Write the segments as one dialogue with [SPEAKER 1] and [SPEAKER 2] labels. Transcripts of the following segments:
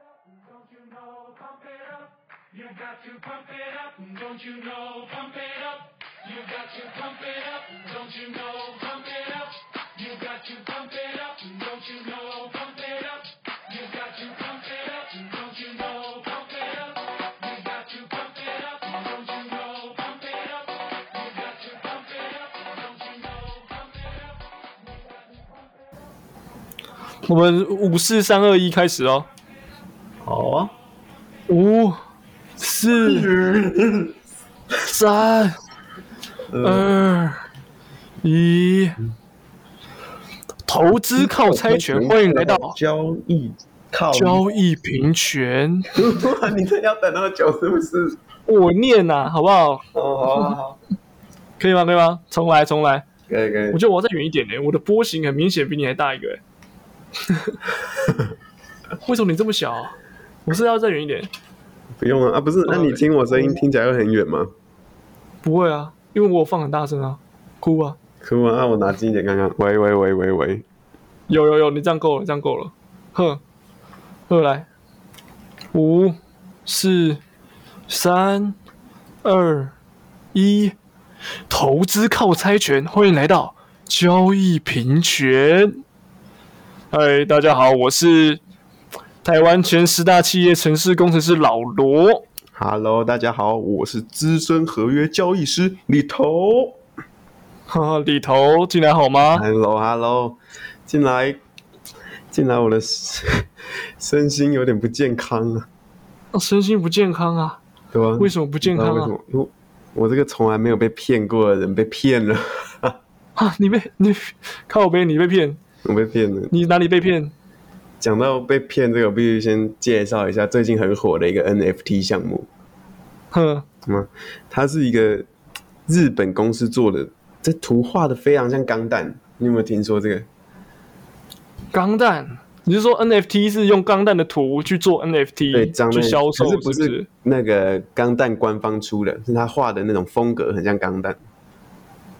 [SPEAKER 1] Don't you know, pump it up. You got to pump it up. Don't you know, pump it up. You got to pump it up. Don't you know, pump it up. You got to pump it up. Don't you know, pump it up. You got to pump it up. Don't you know, pump it up. You got to pump it up. Don't you know, pump it up. You got to pump it up. Don't you know, pump it up.
[SPEAKER 2] 我们五四三二一开始哦，
[SPEAKER 3] 好啊，
[SPEAKER 2] 五四三二一，投资靠猜拳，欢迎来到
[SPEAKER 3] 交易靠
[SPEAKER 2] 交易平权。
[SPEAKER 3] 哇， 你这要等那么久是不是？
[SPEAKER 2] 我念呐、好不好？
[SPEAKER 3] 哦，好啊好，
[SPEAKER 2] 可以吗？可以吗？重来，重来。
[SPEAKER 3] 可以可
[SPEAKER 2] 我，
[SPEAKER 3] 以
[SPEAKER 2] 觉得我要再远一点呢、我的波形很明显比你还大一个、欸。 为什么你这么小、啊？我是要再远一点。
[SPEAKER 3] 不用啊啊，不是，那你听我声音听起来会很远吗？
[SPEAKER 2] 不会啊，因为我有放很大声啊，哭啊。
[SPEAKER 3] 可我啊，我拿近一点看看。喂喂喂喂喂，
[SPEAKER 2] 有有有，你这样够了，这样够了。哼，呵来，五、四、三、二、一，投资靠猜拳，欢迎来到交易平权。嗨，大家好，我是台湾前十大企业城市工程师老罗。
[SPEAKER 3] ，Hello，大家好，我是资深合约交易师李头。
[SPEAKER 2] 哈哈，里头进来好吗？
[SPEAKER 3] Hello Hello，进来进来，我的 身心有点不健康啊，
[SPEAKER 2] 哦身心不健康啊？
[SPEAKER 3] 对吧？
[SPEAKER 2] 为什么不健康
[SPEAKER 3] 不知道
[SPEAKER 2] 啊
[SPEAKER 3] 为？什么？因为我这个从来没有被骗过的人被骗了，
[SPEAKER 2] 啊，你被你靠背，你被骗，
[SPEAKER 3] 我被骗了。
[SPEAKER 2] 你哪里被骗？
[SPEAKER 3] 讲到被骗这个，我必须先介绍一下最近很火的一个 NFT 项目。
[SPEAKER 2] 哼，
[SPEAKER 3] 嗯，它是一个日本公司做的，这图画的非常像钢弹。你有没有听说这个？
[SPEAKER 2] 钢弹，你是说 NFT 是用钢弹的图去做
[SPEAKER 3] 对，
[SPEAKER 2] NFT
[SPEAKER 3] 张
[SPEAKER 2] 去
[SPEAKER 3] 那
[SPEAKER 2] 销售，是
[SPEAKER 3] 可是不是那个钢弹官方出的，是他画的那种风格，很像钢弹。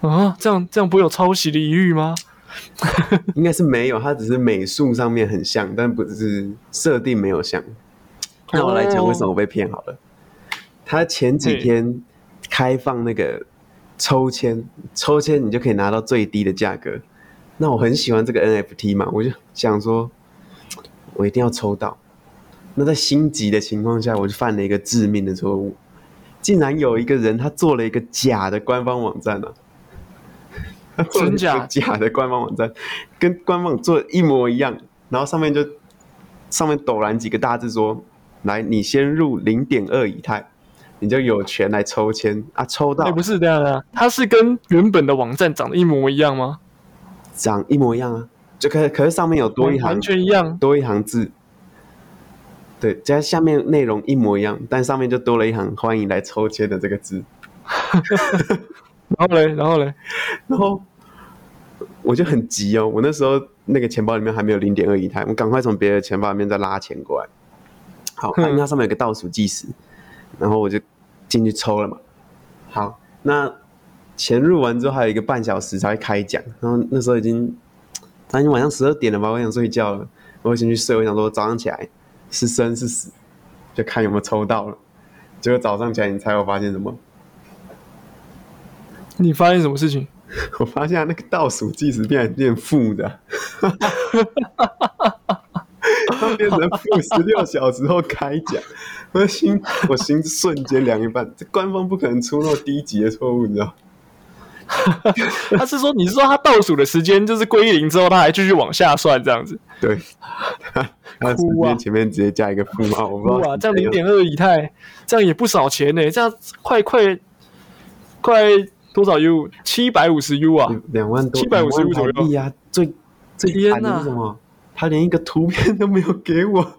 [SPEAKER 2] 啊？这样这样不会有抄袭的疑虑吗？
[SPEAKER 3] 应该是没有，它只是美术上面很像，但不是设定没有像。那我来讲
[SPEAKER 2] 哦
[SPEAKER 3] 为什么我被骗好了。他前几天开放那个抽签，抽签你就可以拿到最低的价格。那我很喜欢这个 NFT 嘛，我就想说，我一定要抽到。那在心急的情况下，我就犯了一个致命的错误，竟然有一个人他做了一个假的官方网站啊！他做了一个
[SPEAKER 2] 真假
[SPEAKER 3] 假的官方网站，跟官方做的一模一样，然后上面就上面陡然几个大字说：“来，你先入零点二以太，你就有权来抽签啊！抽
[SPEAKER 2] 哎、
[SPEAKER 3] 到
[SPEAKER 2] 不是这样的，它是跟原本的网站长得一模一样吗？
[SPEAKER 3] 长一模一样啊，就可可是上面有多一行
[SPEAKER 2] 完，全一样。
[SPEAKER 3] 多一行字，对，加下面内容一模一样，但上面就多了一行“欢迎来抽签”的这个字，
[SPEAKER 2] 然后嘞，然后嘞，
[SPEAKER 3] 然后我就很急哦，我那时候那个钱包里面还没有零点二以太，我赶快从别的钱包里面再拉钱过来。好，啊
[SPEAKER 2] 嗯
[SPEAKER 3] 因为它上面有个倒数计时，然后我就进去抽了嘛。好，那钱入完之后还有一个半小时才会开奖，然后那时候已经，当天晚上十二点了吧，我想睡觉了，我先去睡，我想说早上起来是生是死，就看有没有抽到了。结果早上起来，你猜我发现什么？
[SPEAKER 2] 你发现什么事 情？
[SPEAKER 3] 我发现那个倒数计时变变负的，它变成负十六小时后开奖，我的心我心瞬间凉一半。这官方不可能出那么低级的错误，你知道？
[SPEAKER 2] 他是说，你是说他倒数的时间就是归零之后，他还继续往下算这样 子？
[SPEAKER 3] 对，它它
[SPEAKER 2] 哭
[SPEAKER 3] 瞬
[SPEAKER 2] 啊
[SPEAKER 3] 间前面直接加一个负号，我不知道
[SPEAKER 2] 哇，
[SPEAKER 3] 是
[SPEAKER 2] 这样
[SPEAKER 3] 怎
[SPEAKER 2] 零点二以太，这样也不少钱呢、这样快快快多少 U？七百五十 U 啊！
[SPEAKER 3] 哎两万多，
[SPEAKER 2] 750
[SPEAKER 3] 两万台币啊！最最
[SPEAKER 2] 天
[SPEAKER 3] 惨的
[SPEAKER 2] 哪
[SPEAKER 3] 是什么？他连一个图片都没有给我，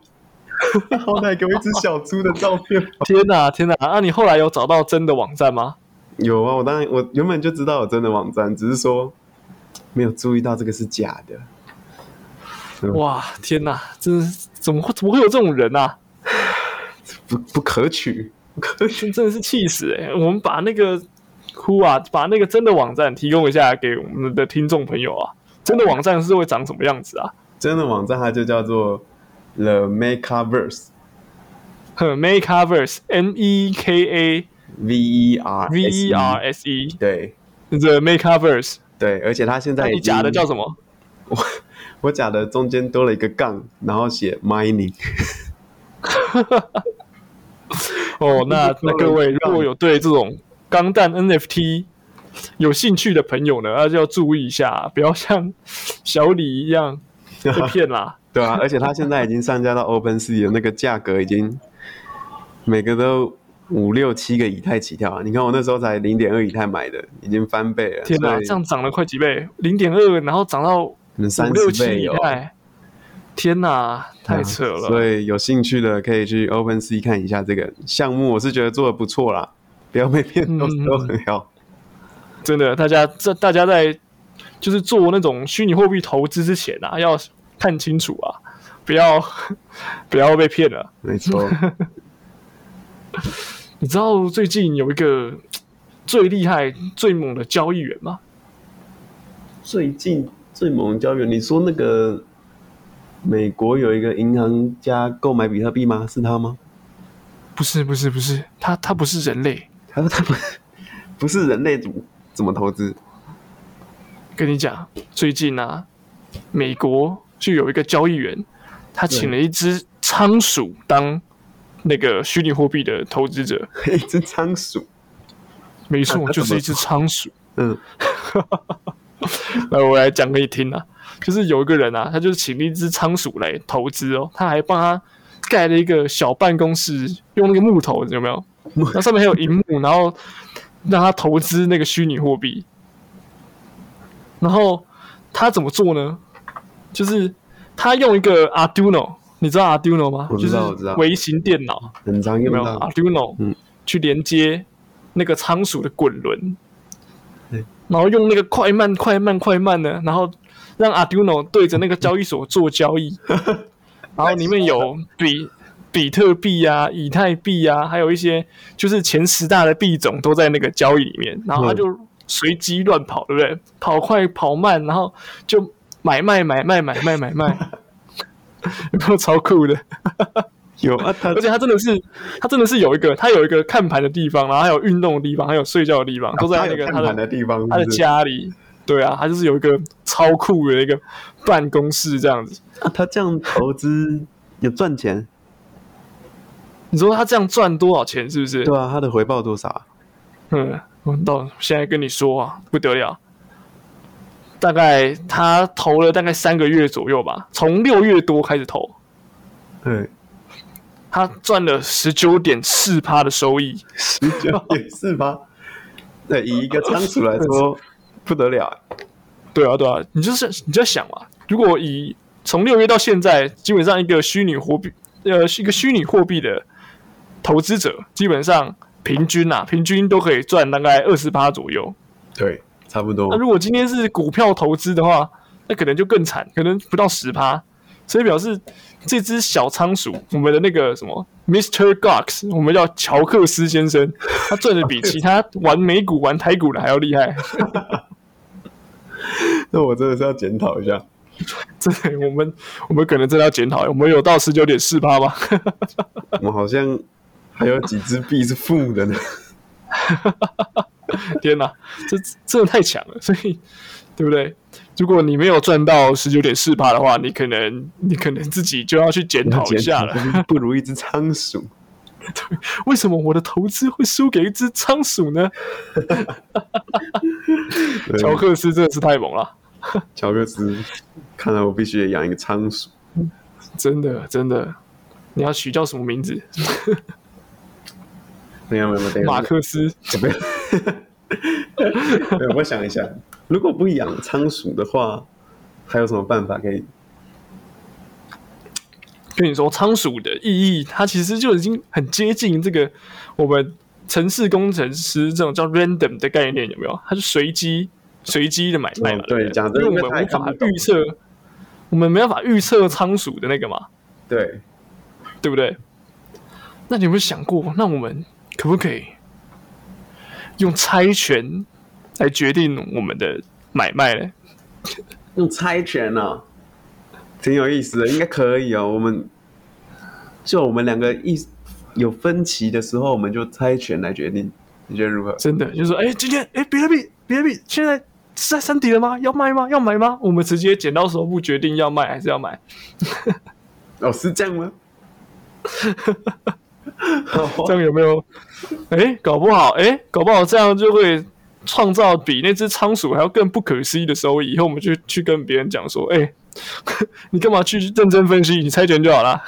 [SPEAKER 3] 他好歹给我一只小猪的照片吧。
[SPEAKER 2] 天哪、天哪、那、你后来有找到真的网站吗？
[SPEAKER 3] 有啊，我当然我原本就知道有真的网站，只是说没有注意到这个是假的。
[SPEAKER 2] 哇，天哪、真是怎么会怎么会有这种人啊？
[SPEAKER 3] 不不可取，不可取。
[SPEAKER 2] 真真的是气死哎、我们把那个哭啊，把那个真的网站提供一下给我们的听众朋友啊。真的网站是会长什么样子啊？
[SPEAKER 3] 真的网站它就叫做 The Makeverse，
[SPEAKER 2] 呵，Metaverse M E K A
[SPEAKER 3] V E R
[SPEAKER 2] V E R S E
[SPEAKER 3] 对
[SPEAKER 2] The Metaverse，
[SPEAKER 3] 对，而且他现在已
[SPEAKER 2] 你
[SPEAKER 3] 经
[SPEAKER 2] 假的叫什么？
[SPEAKER 3] 我我假的中间多了一个杠，然后写 mining，
[SPEAKER 2] 哦，那那各位如果有对这种钢弹 NFT 有兴趣的朋友呢，那就要注意一下，不要像小李一样被 骗啦。
[SPEAKER 3] 对啊，而且他现在已经上架到 OpenSea 的那个价格已经每个都五六七个以太起跳啊！你看我那时候才零点二以太买的，已经翻倍了。
[SPEAKER 2] 天哪，
[SPEAKER 3] 所以
[SPEAKER 2] 这样涨了快几倍，零点二，然后涨到五
[SPEAKER 3] 可能三
[SPEAKER 2] 六
[SPEAKER 3] 十
[SPEAKER 2] 七
[SPEAKER 3] 倍
[SPEAKER 2] 以
[SPEAKER 3] 有，
[SPEAKER 2] 太，天哪，太
[SPEAKER 3] 嗯
[SPEAKER 2] 扯了。
[SPEAKER 3] 所以有兴趣的可以去 OpenSea 看一下这个项目，我是觉得做的不错啦，不要被骗
[SPEAKER 2] 嗯
[SPEAKER 3] 都
[SPEAKER 2] 嗯
[SPEAKER 3] 都很好。
[SPEAKER 2] 真的，大家这大家在就是做那种虚拟货币投资之前啊，要看清楚啊，不要 不要被骗了。
[SPEAKER 3] 没错，
[SPEAKER 2] 你知道最近有一个最厉害、最猛的交易员吗？
[SPEAKER 3] 最近最猛交易员，你说那个美国有一个银行家购买比特币吗？是他吗？
[SPEAKER 2] 不是，不是，不是，他他不是人类。
[SPEAKER 3] 他说他不 不是人类怎么怎么投资？
[SPEAKER 2] 跟你讲，最近啊，美国就有一个交易员，他请了一只仓鼠当那个虚拟货币的投资者。
[SPEAKER 3] 一只仓鼠，
[SPEAKER 2] 没
[SPEAKER 3] 啊
[SPEAKER 2] 错，
[SPEAKER 3] 他怎
[SPEAKER 2] 就
[SPEAKER 3] 么
[SPEAKER 2] 是一只仓鼠。
[SPEAKER 3] 嗯，
[SPEAKER 2] 来，我来讲给你听啊，就是有一个人啊，他就是请了一只仓鼠来投资哦，他还帮他盖了一个小办公室，用那个木头有没有？那上面还有荧幕，然后让他投资那个虚拟货币。然后他怎么做呢？就是他用一个 Arduino，你知道 Arduino 吗？
[SPEAKER 3] 我
[SPEAKER 2] 就
[SPEAKER 3] 知
[SPEAKER 2] 是
[SPEAKER 3] 道我知道
[SPEAKER 2] 微型电脑。
[SPEAKER 3] 很常
[SPEAKER 2] 有
[SPEAKER 3] 用
[SPEAKER 2] 没有啊
[SPEAKER 3] 到。
[SPEAKER 2] Arduino，
[SPEAKER 3] 嗯
[SPEAKER 2] 去连接那个仓鼠的滚轮
[SPEAKER 3] 对，
[SPEAKER 2] 然后用那个快慢、快慢、快慢呢，然后让 Arduino 对着那个交易所做交 易，然后里面有比比特币啊、以太币啊，还有一些就是前十大的币种都在那个交易里面，然后他
[SPEAKER 3] 嗯
[SPEAKER 2] 就随机乱跑，对不对？跑快、跑慢，然后就买卖、买卖、买卖、买 卖，有没有超酷的？
[SPEAKER 3] 有啊，他
[SPEAKER 2] 而且他真的是，他真的是有一个，他有一个看盘的地方，然后还有运动的地方，还有睡觉的地方，都在那个
[SPEAKER 3] 啊有
[SPEAKER 2] 他
[SPEAKER 3] 看盘
[SPEAKER 2] 的
[SPEAKER 3] 的地方，
[SPEAKER 2] 他的
[SPEAKER 3] 是不是
[SPEAKER 2] 家里。对啊，他就是有一个超酷的一个办公室这样子。
[SPEAKER 3] 啊，他这样投资有赚钱，
[SPEAKER 2] 你说他这样赚多少钱？是不是？
[SPEAKER 3] 对啊，他的回报多少啊？
[SPEAKER 2] 嗯，我到现在跟你说啊，不得了。大概他投了大概三个月左右吧，从六月多开始投，
[SPEAKER 3] 对，
[SPEAKER 2] 他赚了十九点四趴的收益。
[SPEAKER 3] 十九点四八，对，以一个仓鼠来说不得了啊，
[SPEAKER 2] 对啊，对啊，你就是你就在想嘛，如果以从六月到现在，基本上一个虚拟货币，呃，一个虚拟货币的投资者，基本上平均啊，平均都可以赚大概二十趴左右。
[SPEAKER 3] 对，差不多
[SPEAKER 2] 那。啊如果今天是股票投资的话，那可能就更惨，可能不到十趴。所以表示这只小仓鼠，我们的那个什么 Mr. Gox，我们叫乔克斯先生，他赚的比其他玩美股、玩台股的还要厉害。
[SPEAKER 3] 那我真的是要检讨一下。
[SPEAKER 2] 这我们我们可能真的要检讨，我们有到十九点四八吗？
[SPEAKER 3] 我们好像还有几只币是负的呢。
[SPEAKER 2] 天哪，这真的太强了，所以对不对？如果你没有赚到十九点四八的话，你可能你可能自己就要去检讨一下了，
[SPEAKER 3] 了，不如一只仓鼠。
[SPEAKER 2] 为什么我的投资会输给一只仓鼠呢？
[SPEAKER 3] 对
[SPEAKER 2] 乔克斯真的是太猛了，
[SPEAKER 3] 乔克斯，看来我必须得养一个仓鼠。
[SPEAKER 2] 真的真的。你要取叫什么名字？
[SPEAKER 3] 没有没有没有，等一下
[SPEAKER 2] 马克思？
[SPEAKER 3] 没有没有，我想一下，如果不养仓鼠的话，还有什么办法可以？
[SPEAKER 2] 跟你说，仓鼠的意义，它其实就已经很接近这个我们城市工程师这种叫 random 的概念，有没有？它是随机随机的买卖嘛
[SPEAKER 3] 哦？对
[SPEAKER 2] 不
[SPEAKER 3] 讲真
[SPEAKER 2] 因为
[SPEAKER 3] 的
[SPEAKER 2] 我们无
[SPEAKER 3] 太看不
[SPEAKER 2] 法
[SPEAKER 3] 懂
[SPEAKER 2] 预测，我们没办法预测仓鼠的那个嘛，
[SPEAKER 3] 对，
[SPEAKER 2] 对不对？那你有没有想过，那我们可不可以用猜拳来决定我们的买卖呢？
[SPEAKER 3] 用猜拳啊，挺有意思的，应该可以哦。我们就我们两个一有分歧的时候，我们就猜拳来决定，你觉得如何？
[SPEAKER 2] 真的就是说，哎，今天哎，比特币，比特币现在是在山底了吗？要卖吗？要买吗？我们直接剪刀手不决定要卖还是要买，
[SPEAKER 3] 哦，是这样吗？好啊
[SPEAKER 2] 这样有没有？哎，搞不好，哎，搞不好这样就会创造比那只仓鼠还要更不可思议的收益。以后我们就去跟别人讲说，哎， 你干嘛去认真分析？你猜拳就好啦。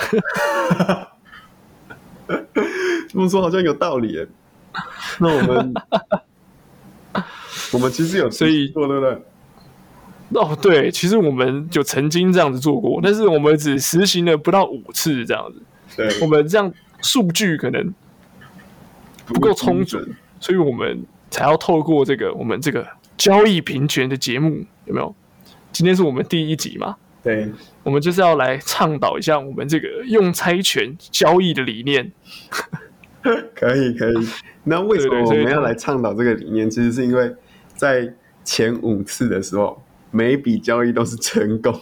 [SPEAKER 3] 这么说好像有道理耶。那 我们，我们其实有
[SPEAKER 2] 所以
[SPEAKER 3] 做对不对？
[SPEAKER 2] 哦，对，其实我们就曾经这样子做过，但是我们只实行了不到五次这样子。
[SPEAKER 3] 对，
[SPEAKER 2] 我们这样数据可能
[SPEAKER 3] 不
[SPEAKER 2] 够充足
[SPEAKER 3] 精准，
[SPEAKER 2] 所以我们才要透过这个我们这个交易平权的节目，有没有？今天是我们第一集嘛，
[SPEAKER 3] 对，
[SPEAKER 2] 我们就是要来倡导一下我们这个用猜拳交易的理念。
[SPEAKER 3] 可以可 以。那为什
[SPEAKER 2] 对对
[SPEAKER 3] 么我
[SPEAKER 2] 所以
[SPEAKER 3] 们要来倡导这个理念？其实是因为在前五次的时候，每一笔交易都是成功，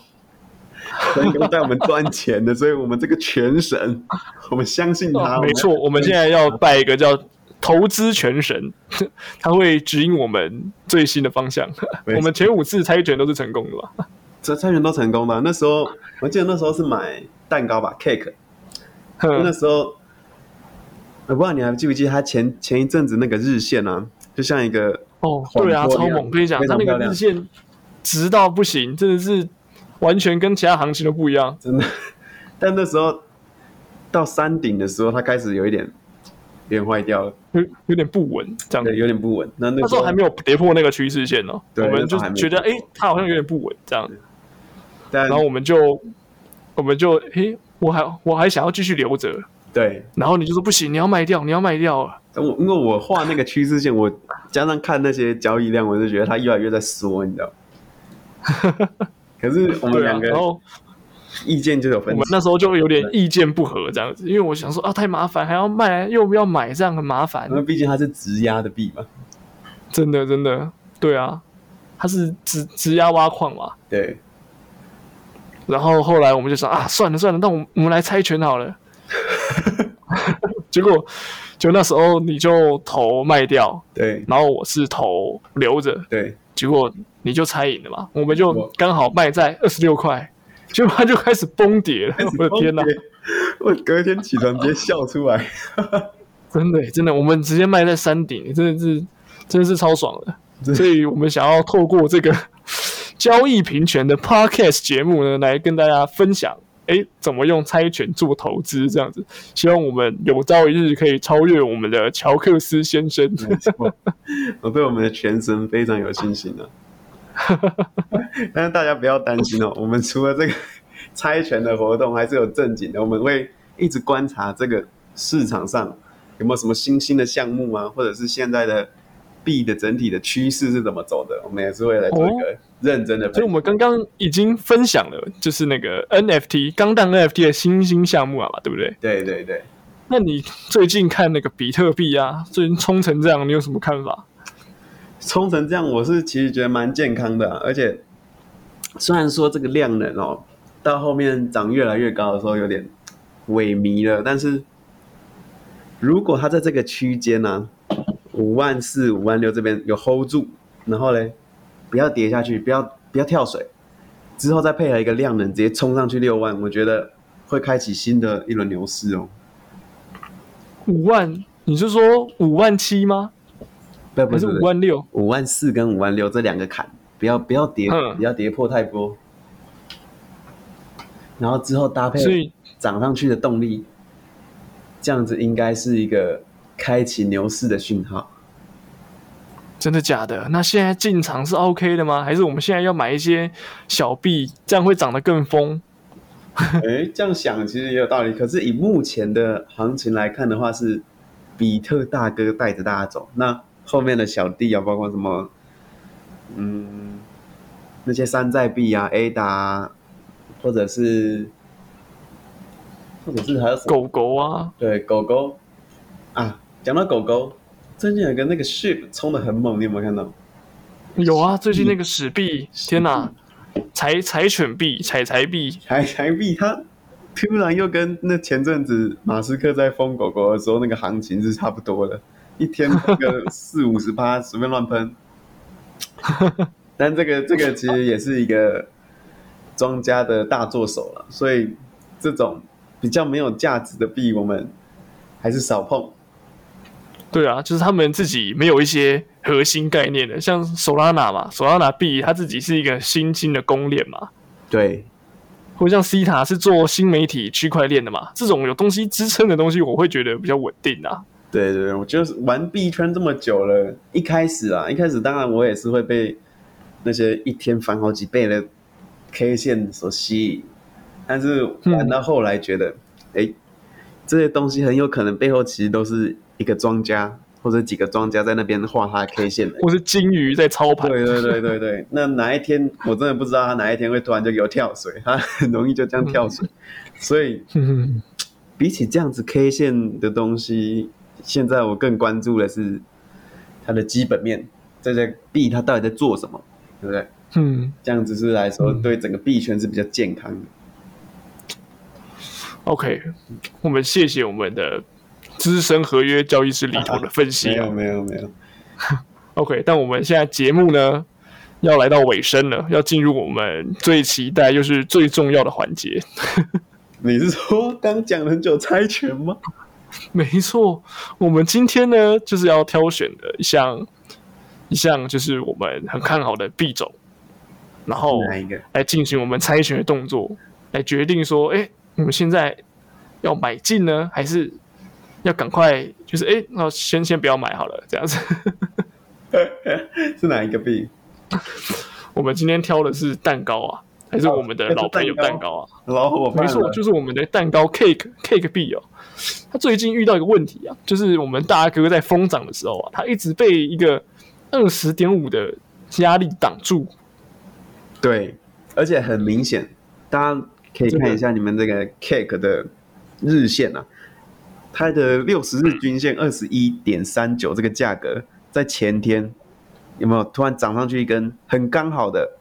[SPEAKER 3] 成功带我们赚钱的，所以我们这个全神， 我们相信他。
[SPEAKER 2] 哦没错，我们现在要拜一个叫投资拳神， 他会指引我们最新的方向。
[SPEAKER 3] 没错
[SPEAKER 2] 我们前五次猜拳都是成功的吧？
[SPEAKER 3] 这猜拳都成功了。那时候我记得那时候是买蛋糕吧，cake。那
[SPEAKER 2] 哼
[SPEAKER 3] 时候，我不知道你还记不记得他前前一阵子那个日线啊，就像一个
[SPEAKER 2] 哦，对啊，
[SPEAKER 3] 很漂
[SPEAKER 2] 超
[SPEAKER 3] 亮
[SPEAKER 2] 猛！跟你讲，
[SPEAKER 3] 非
[SPEAKER 2] 他
[SPEAKER 3] 常
[SPEAKER 2] 那
[SPEAKER 3] 漂
[SPEAKER 2] 个
[SPEAKER 3] 亮
[SPEAKER 2] 日线直到不行，真的是完全跟其他行情都不一样。
[SPEAKER 3] 真的，但那时候到山顶的时候，它开始有一点有点坏掉了，
[SPEAKER 2] 有有点不稳，这样子
[SPEAKER 3] 对，。有点不稳。那那
[SPEAKER 2] 那时候还没有跌破那个趋势线哦，我
[SPEAKER 3] 对
[SPEAKER 2] 们就
[SPEAKER 3] 那时候还没有
[SPEAKER 2] 觉得哎
[SPEAKER 3] 跌破，
[SPEAKER 2] 诶它好像有点不稳这样，
[SPEAKER 3] 但
[SPEAKER 2] 然后我们就我们就哎，我还我还想要继续留着，
[SPEAKER 3] 对，
[SPEAKER 2] 然后你就说不行，你要卖掉，你要卖掉啊，
[SPEAKER 3] 我因为我画那个趋势线，我加上看那些交易量，我就觉得它越来越在缩，你 知道吗？可是我们
[SPEAKER 2] 对啊，
[SPEAKER 3] 两个
[SPEAKER 2] 然后
[SPEAKER 3] 意见就有分
[SPEAKER 2] 我们，
[SPEAKER 3] 歧
[SPEAKER 2] 那时候就有点意见不合这样子，因为我想说啊，太麻烦，还要卖又要买，这样很麻烦
[SPEAKER 3] 因，为毕竟它是直压的币嘛，
[SPEAKER 2] 真的真的，对啊，它是直直压挖矿嘛，
[SPEAKER 3] 对，
[SPEAKER 2] 然后后来我们就想啊，算了算了，那我们我们来猜拳 好了。 结果就那时候你就投卖掉，
[SPEAKER 3] 对，
[SPEAKER 2] 然后我是投留着，
[SPEAKER 3] 对，
[SPEAKER 2] 结果你就猜赢了嘛，我们就
[SPEAKER 3] 我
[SPEAKER 2] 刚好卖在二十六块，结果它就开始崩跌了，我的天哪、
[SPEAKER 3] 我隔天起床直接笑出来。
[SPEAKER 2] 真的真的，我们直接卖在山顶，真的是真的是超爽的，
[SPEAKER 3] 真的
[SPEAKER 2] 所以我们想要透过这个 交易平权的 podcast 节目呢，来跟大家分享，诶，怎么用猜拳做投资这样子，希望我们有朝一日可以超越我们的乔克斯先生。
[SPEAKER 3] 没错，我对我们的全身非常有信心啊。但是大家不要担心哦，我们除了这个猜拳的活动，还是有正经的。我们会一直观察这个市场上有没有什么新兴的项目啊，或者是现在的币的整体的趋势是怎么走的，我们也是会来做一个认真的
[SPEAKER 2] 哦所
[SPEAKER 3] 分
[SPEAKER 2] 以
[SPEAKER 3] 析。
[SPEAKER 2] 我们刚刚已经分享了，就是那个 NFT 钢弹 NFT 的新兴项目啊嘛，对不对？
[SPEAKER 3] 对对对，
[SPEAKER 2] 那你最近看那个比特币啊，最近冲成这样，你有什么看法？
[SPEAKER 3] 冲成这样，我是其实觉得蛮健康的啊、而且虽然说这个量能哦，到后面涨越来越高的时候有点萎靡了，但是如果它在这个区间呢、五万四、五万六这边有 hold 住，然后嘞，不要跌下去，不要不要跳水，之后再配合一个量能直接冲上去六万，我觉得会开启新的一轮牛市哦。
[SPEAKER 2] 五万，你是说五万七吗？
[SPEAKER 3] 不
[SPEAKER 2] 还
[SPEAKER 3] 不
[SPEAKER 2] 是
[SPEAKER 3] 是
[SPEAKER 2] 五万六？
[SPEAKER 3] 五万四跟五万六这两个坎，不要不要跌，
[SPEAKER 2] 嗯
[SPEAKER 3] 不要跌破太多。然后之后搭
[SPEAKER 2] 所
[SPEAKER 3] 配
[SPEAKER 2] 以
[SPEAKER 3] 涨上去的动力，这样子应该是一个开启牛市的讯号。
[SPEAKER 2] 真的假的？那现在进场是 OK 的吗？还是我们现在要买一些小币，这样会涨得更疯？
[SPEAKER 3] 哎，这样想其实也有道理。可是以目前的行情来看的话，是比特大哥带着大家走，那后面的小弟啊，包括什么，嗯，那些山寨币啊、ADA，啊或者是，或者是还有什么
[SPEAKER 2] 狗狗啊，
[SPEAKER 3] 对狗狗啊，讲到狗狗，最近有个那个 Ship 冲的很猛，你有没有看到？
[SPEAKER 2] 有啊，最近那个史币，
[SPEAKER 3] 史币
[SPEAKER 2] 天哪！柴柴犬币、柴柴币，
[SPEAKER 3] 台台币它突然又跟那前阵子马斯克在封狗狗的时候那个行情是差不多的，一天那个四五十趴，随便乱喷。但这个这个其实也是一个庄家的大作手了，所以这种比较没有价值的币，我们还是少碰。
[SPEAKER 2] 对啊，就是他们自己没有一些核心概念的，像 Solana 嘛，Solana B 它自己是一个新兴的公链嘛，
[SPEAKER 3] 对，
[SPEAKER 2] 或像 C 塔是做新媒体区块链的嘛，这种有东西支撑的东西，我会觉得比较稳定啊。
[SPEAKER 3] 对对，我就是玩币圈这么久了，一开始啊，一开始当然我也是会被那些一天翻好几倍的 K 线所吸引，但是玩到后来觉得，哎、这些东西很有可能背后其实都是一个庄家或者几个庄家在那边画他的 K 线的。
[SPEAKER 2] 或是金鱼在操盘，
[SPEAKER 3] 对对对对对，那哪一天我真的不知道他哪一天会突然就给我跳水，他很容易就这样跳水，所以
[SPEAKER 2] 哼哼
[SPEAKER 3] 比起这样子 K 线的东西，现在我更关注的是它的基本面，这些币它到底在做什么，对不对？
[SPEAKER 2] 嗯
[SPEAKER 3] 这样子是来说，对整个币圈是比较健康的。
[SPEAKER 2] ，OK，我们谢谢我们的资深合约交易师里头的分析
[SPEAKER 3] 没
[SPEAKER 2] 啊、
[SPEAKER 3] 有没有没有，
[SPEAKER 2] OK，但我们现在节目呢要来到尾声了，要进入我们最期待又是最重要的环节。
[SPEAKER 3] 你是说刚讲了很久猜拳吗？
[SPEAKER 2] 没错，我们今天呢就是要挑选的一项一项就是我们很看好的币种，然后
[SPEAKER 3] 哪一个？
[SPEAKER 2] 来进行我们猜拳的动作，来决定说，哎、我们现在要买进呢，还是要赶快就是哎，诶那、先先不要买好了，这样子。
[SPEAKER 3] 是哪一个币？
[SPEAKER 2] 我们今天挑的是蛋糕啊，还是我们的
[SPEAKER 3] 哦
[SPEAKER 2] 老朋友
[SPEAKER 3] 蛋糕
[SPEAKER 2] 蛋糕啊？
[SPEAKER 3] 老伙伴
[SPEAKER 2] 没
[SPEAKER 3] 了，
[SPEAKER 2] 错，就是我们的蛋糕 cake cake 币哦。他最近遇到一个问题啊，就是我们大哥在疯涨的时候啊，他一直被一个二十点五的压力挡住。
[SPEAKER 3] 对，而且很明显，大家可以看一下你们这个 cake 的日线啊，它的六十日均线二十一点三九这个价格，在前天有没有突然涨上去一根，很刚好的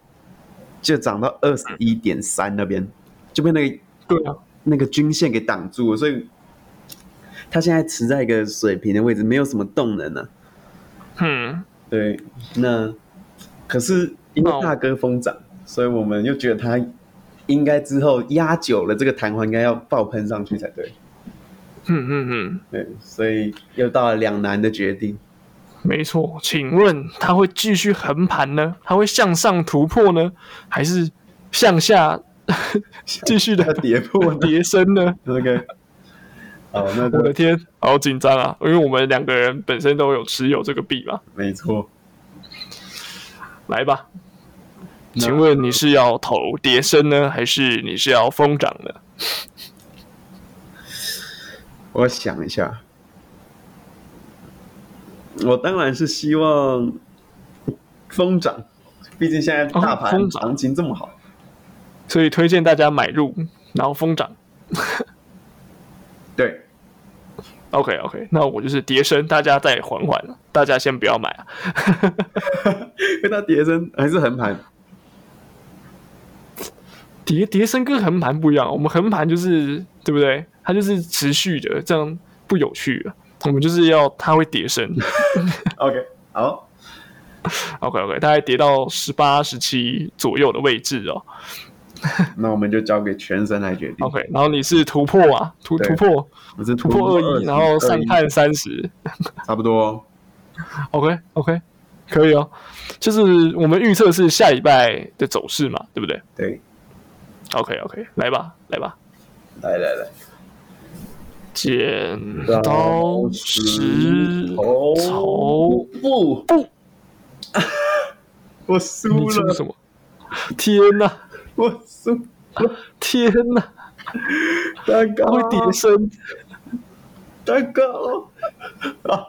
[SPEAKER 3] 就涨到二十一点三那边，就被那个
[SPEAKER 2] 对啊，
[SPEAKER 3] 那个均线给挡住了，所以它现在持在一个水平的位置，没有什么动能呢、啊
[SPEAKER 2] 嗯，
[SPEAKER 3] 对，那可是因为大哥疯涨，所以我们又觉得他应该之后压久了，这个弹簧应该要爆喷上去才对。
[SPEAKER 2] 嗯嗯嗯，
[SPEAKER 3] 对，所以又到了两难的 决定。
[SPEAKER 2] 没错。请问他会继续横盘呢？他会向上突破呢，还是向下 继续
[SPEAKER 3] 要
[SPEAKER 2] 的
[SPEAKER 3] 跌破那
[SPEAKER 2] 跌升呢？
[SPEAKER 3] 那个，哦，那
[SPEAKER 2] 我的
[SPEAKER 3] 个
[SPEAKER 2] 天，好紧张啊！因为我们两个人本身都有持有这个币嘛。
[SPEAKER 3] 没错。
[SPEAKER 2] 来吧，
[SPEAKER 3] 那
[SPEAKER 2] 请问你是要投叠升呢，还是你是要疯涨呢？
[SPEAKER 3] 我想一下，我当然是希望疯涨，毕竟现在大
[SPEAKER 2] 哦
[SPEAKER 3] 盘
[SPEAKER 2] 疯涨
[SPEAKER 3] 行情这么好。
[SPEAKER 2] 所以推荐大家买入，然后疯涨。
[SPEAKER 3] 对，
[SPEAKER 2] OK OK，那我就是叠升，大家再缓缓，大家先不要买啊。
[SPEAKER 3] 跟它跌升还是横盘。
[SPEAKER 2] 叠叠升跟横盘不一样，我们横盘就是对不对？它就是持续的，这样不有趣了。我们就是要它会叠 升
[SPEAKER 3] OK，好。
[SPEAKER 2] ，OK OK，大概跌到十八、十七左右的位置哦。
[SPEAKER 3] 那我们就交给全神来决定。
[SPEAKER 2] OK，然后你是突破啊，突突
[SPEAKER 3] 对
[SPEAKER 2] 破
[SPEAKER 3] 我是
[SPEAKER 2] 突破二一，然后上看三十，
[SPEAKER 3] 差不多。
[SPEAKER 2] OK OK，可以哦。就是我们预测是下礼拜的走势嘛，对不对
[SPEAKER 3] 对，
[SPEAKER 2] ？OK OK，来吧来吧，
[SPEAKER 3] 来来来，
[SPEAKER 2] 剪刀石
[SPEAKER 3] 头
[SPEAKER 2] 头
[SPEAKER 3] 布
[SPEAKER 2] 布，
[SPEAKER 3] 我输
[SPEAKER 2] 你出
[SPEAKER 3] 了，
[SPEAKER 2] 什么？天哪、
[SPEAKER 3] 我输了，
[SPEAKER 2] 天哪、
[SPEAKER 3] 蛋糕
[SPEAKER 2] 它会叠升，
[SPEAKER 3] 蛋糕啊！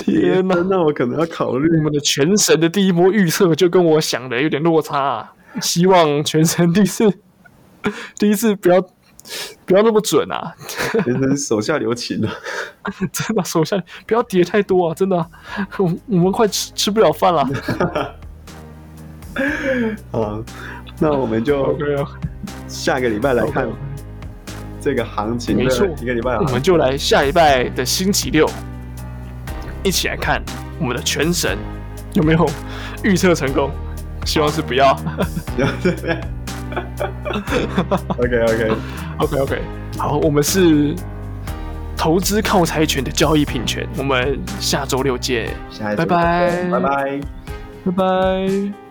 [SPEAKER 2] 天哪、
[SPEAKER 3] 那我可能要考 虑
[SPEAKER 2] 我们的全神的第一波预测就跟我想的有点落差、啊，希望全神第一次第一次不要不要那么准啊，
[SPEAKER 3] 全神手下留情了。
[SPEAKER 2] 真的手下不要叠太多啊！真的啊、 我我们快吃吃不了饭了。
[SPEAKER 3] 啊，那我们就
[SPEAKER 2] OK 啊，
[SPEAKER 3] 下个礼拜来看这个行情
[SPEAKER 2] 没错
[SPEAKER 3] 的一个礼拜
[SPEAKER 2] 我
[SPEAKER 3] 行
[SPEAKER 2] 们就来下礼拜的星期六，一起来看我们的全神有没有预测成功，希望是不要。
[SPEAKER 3] 情。OK OK，
[SPEAKER 2] OK OK，好，我们是投资靠财权的交易品权，我们下周六见，
[SPEAKER 3] 下一集
[SPEAKER 2] 拜拜
[SPEAKER 3] 拜拜。
[SPEAKER 2] 拜拜。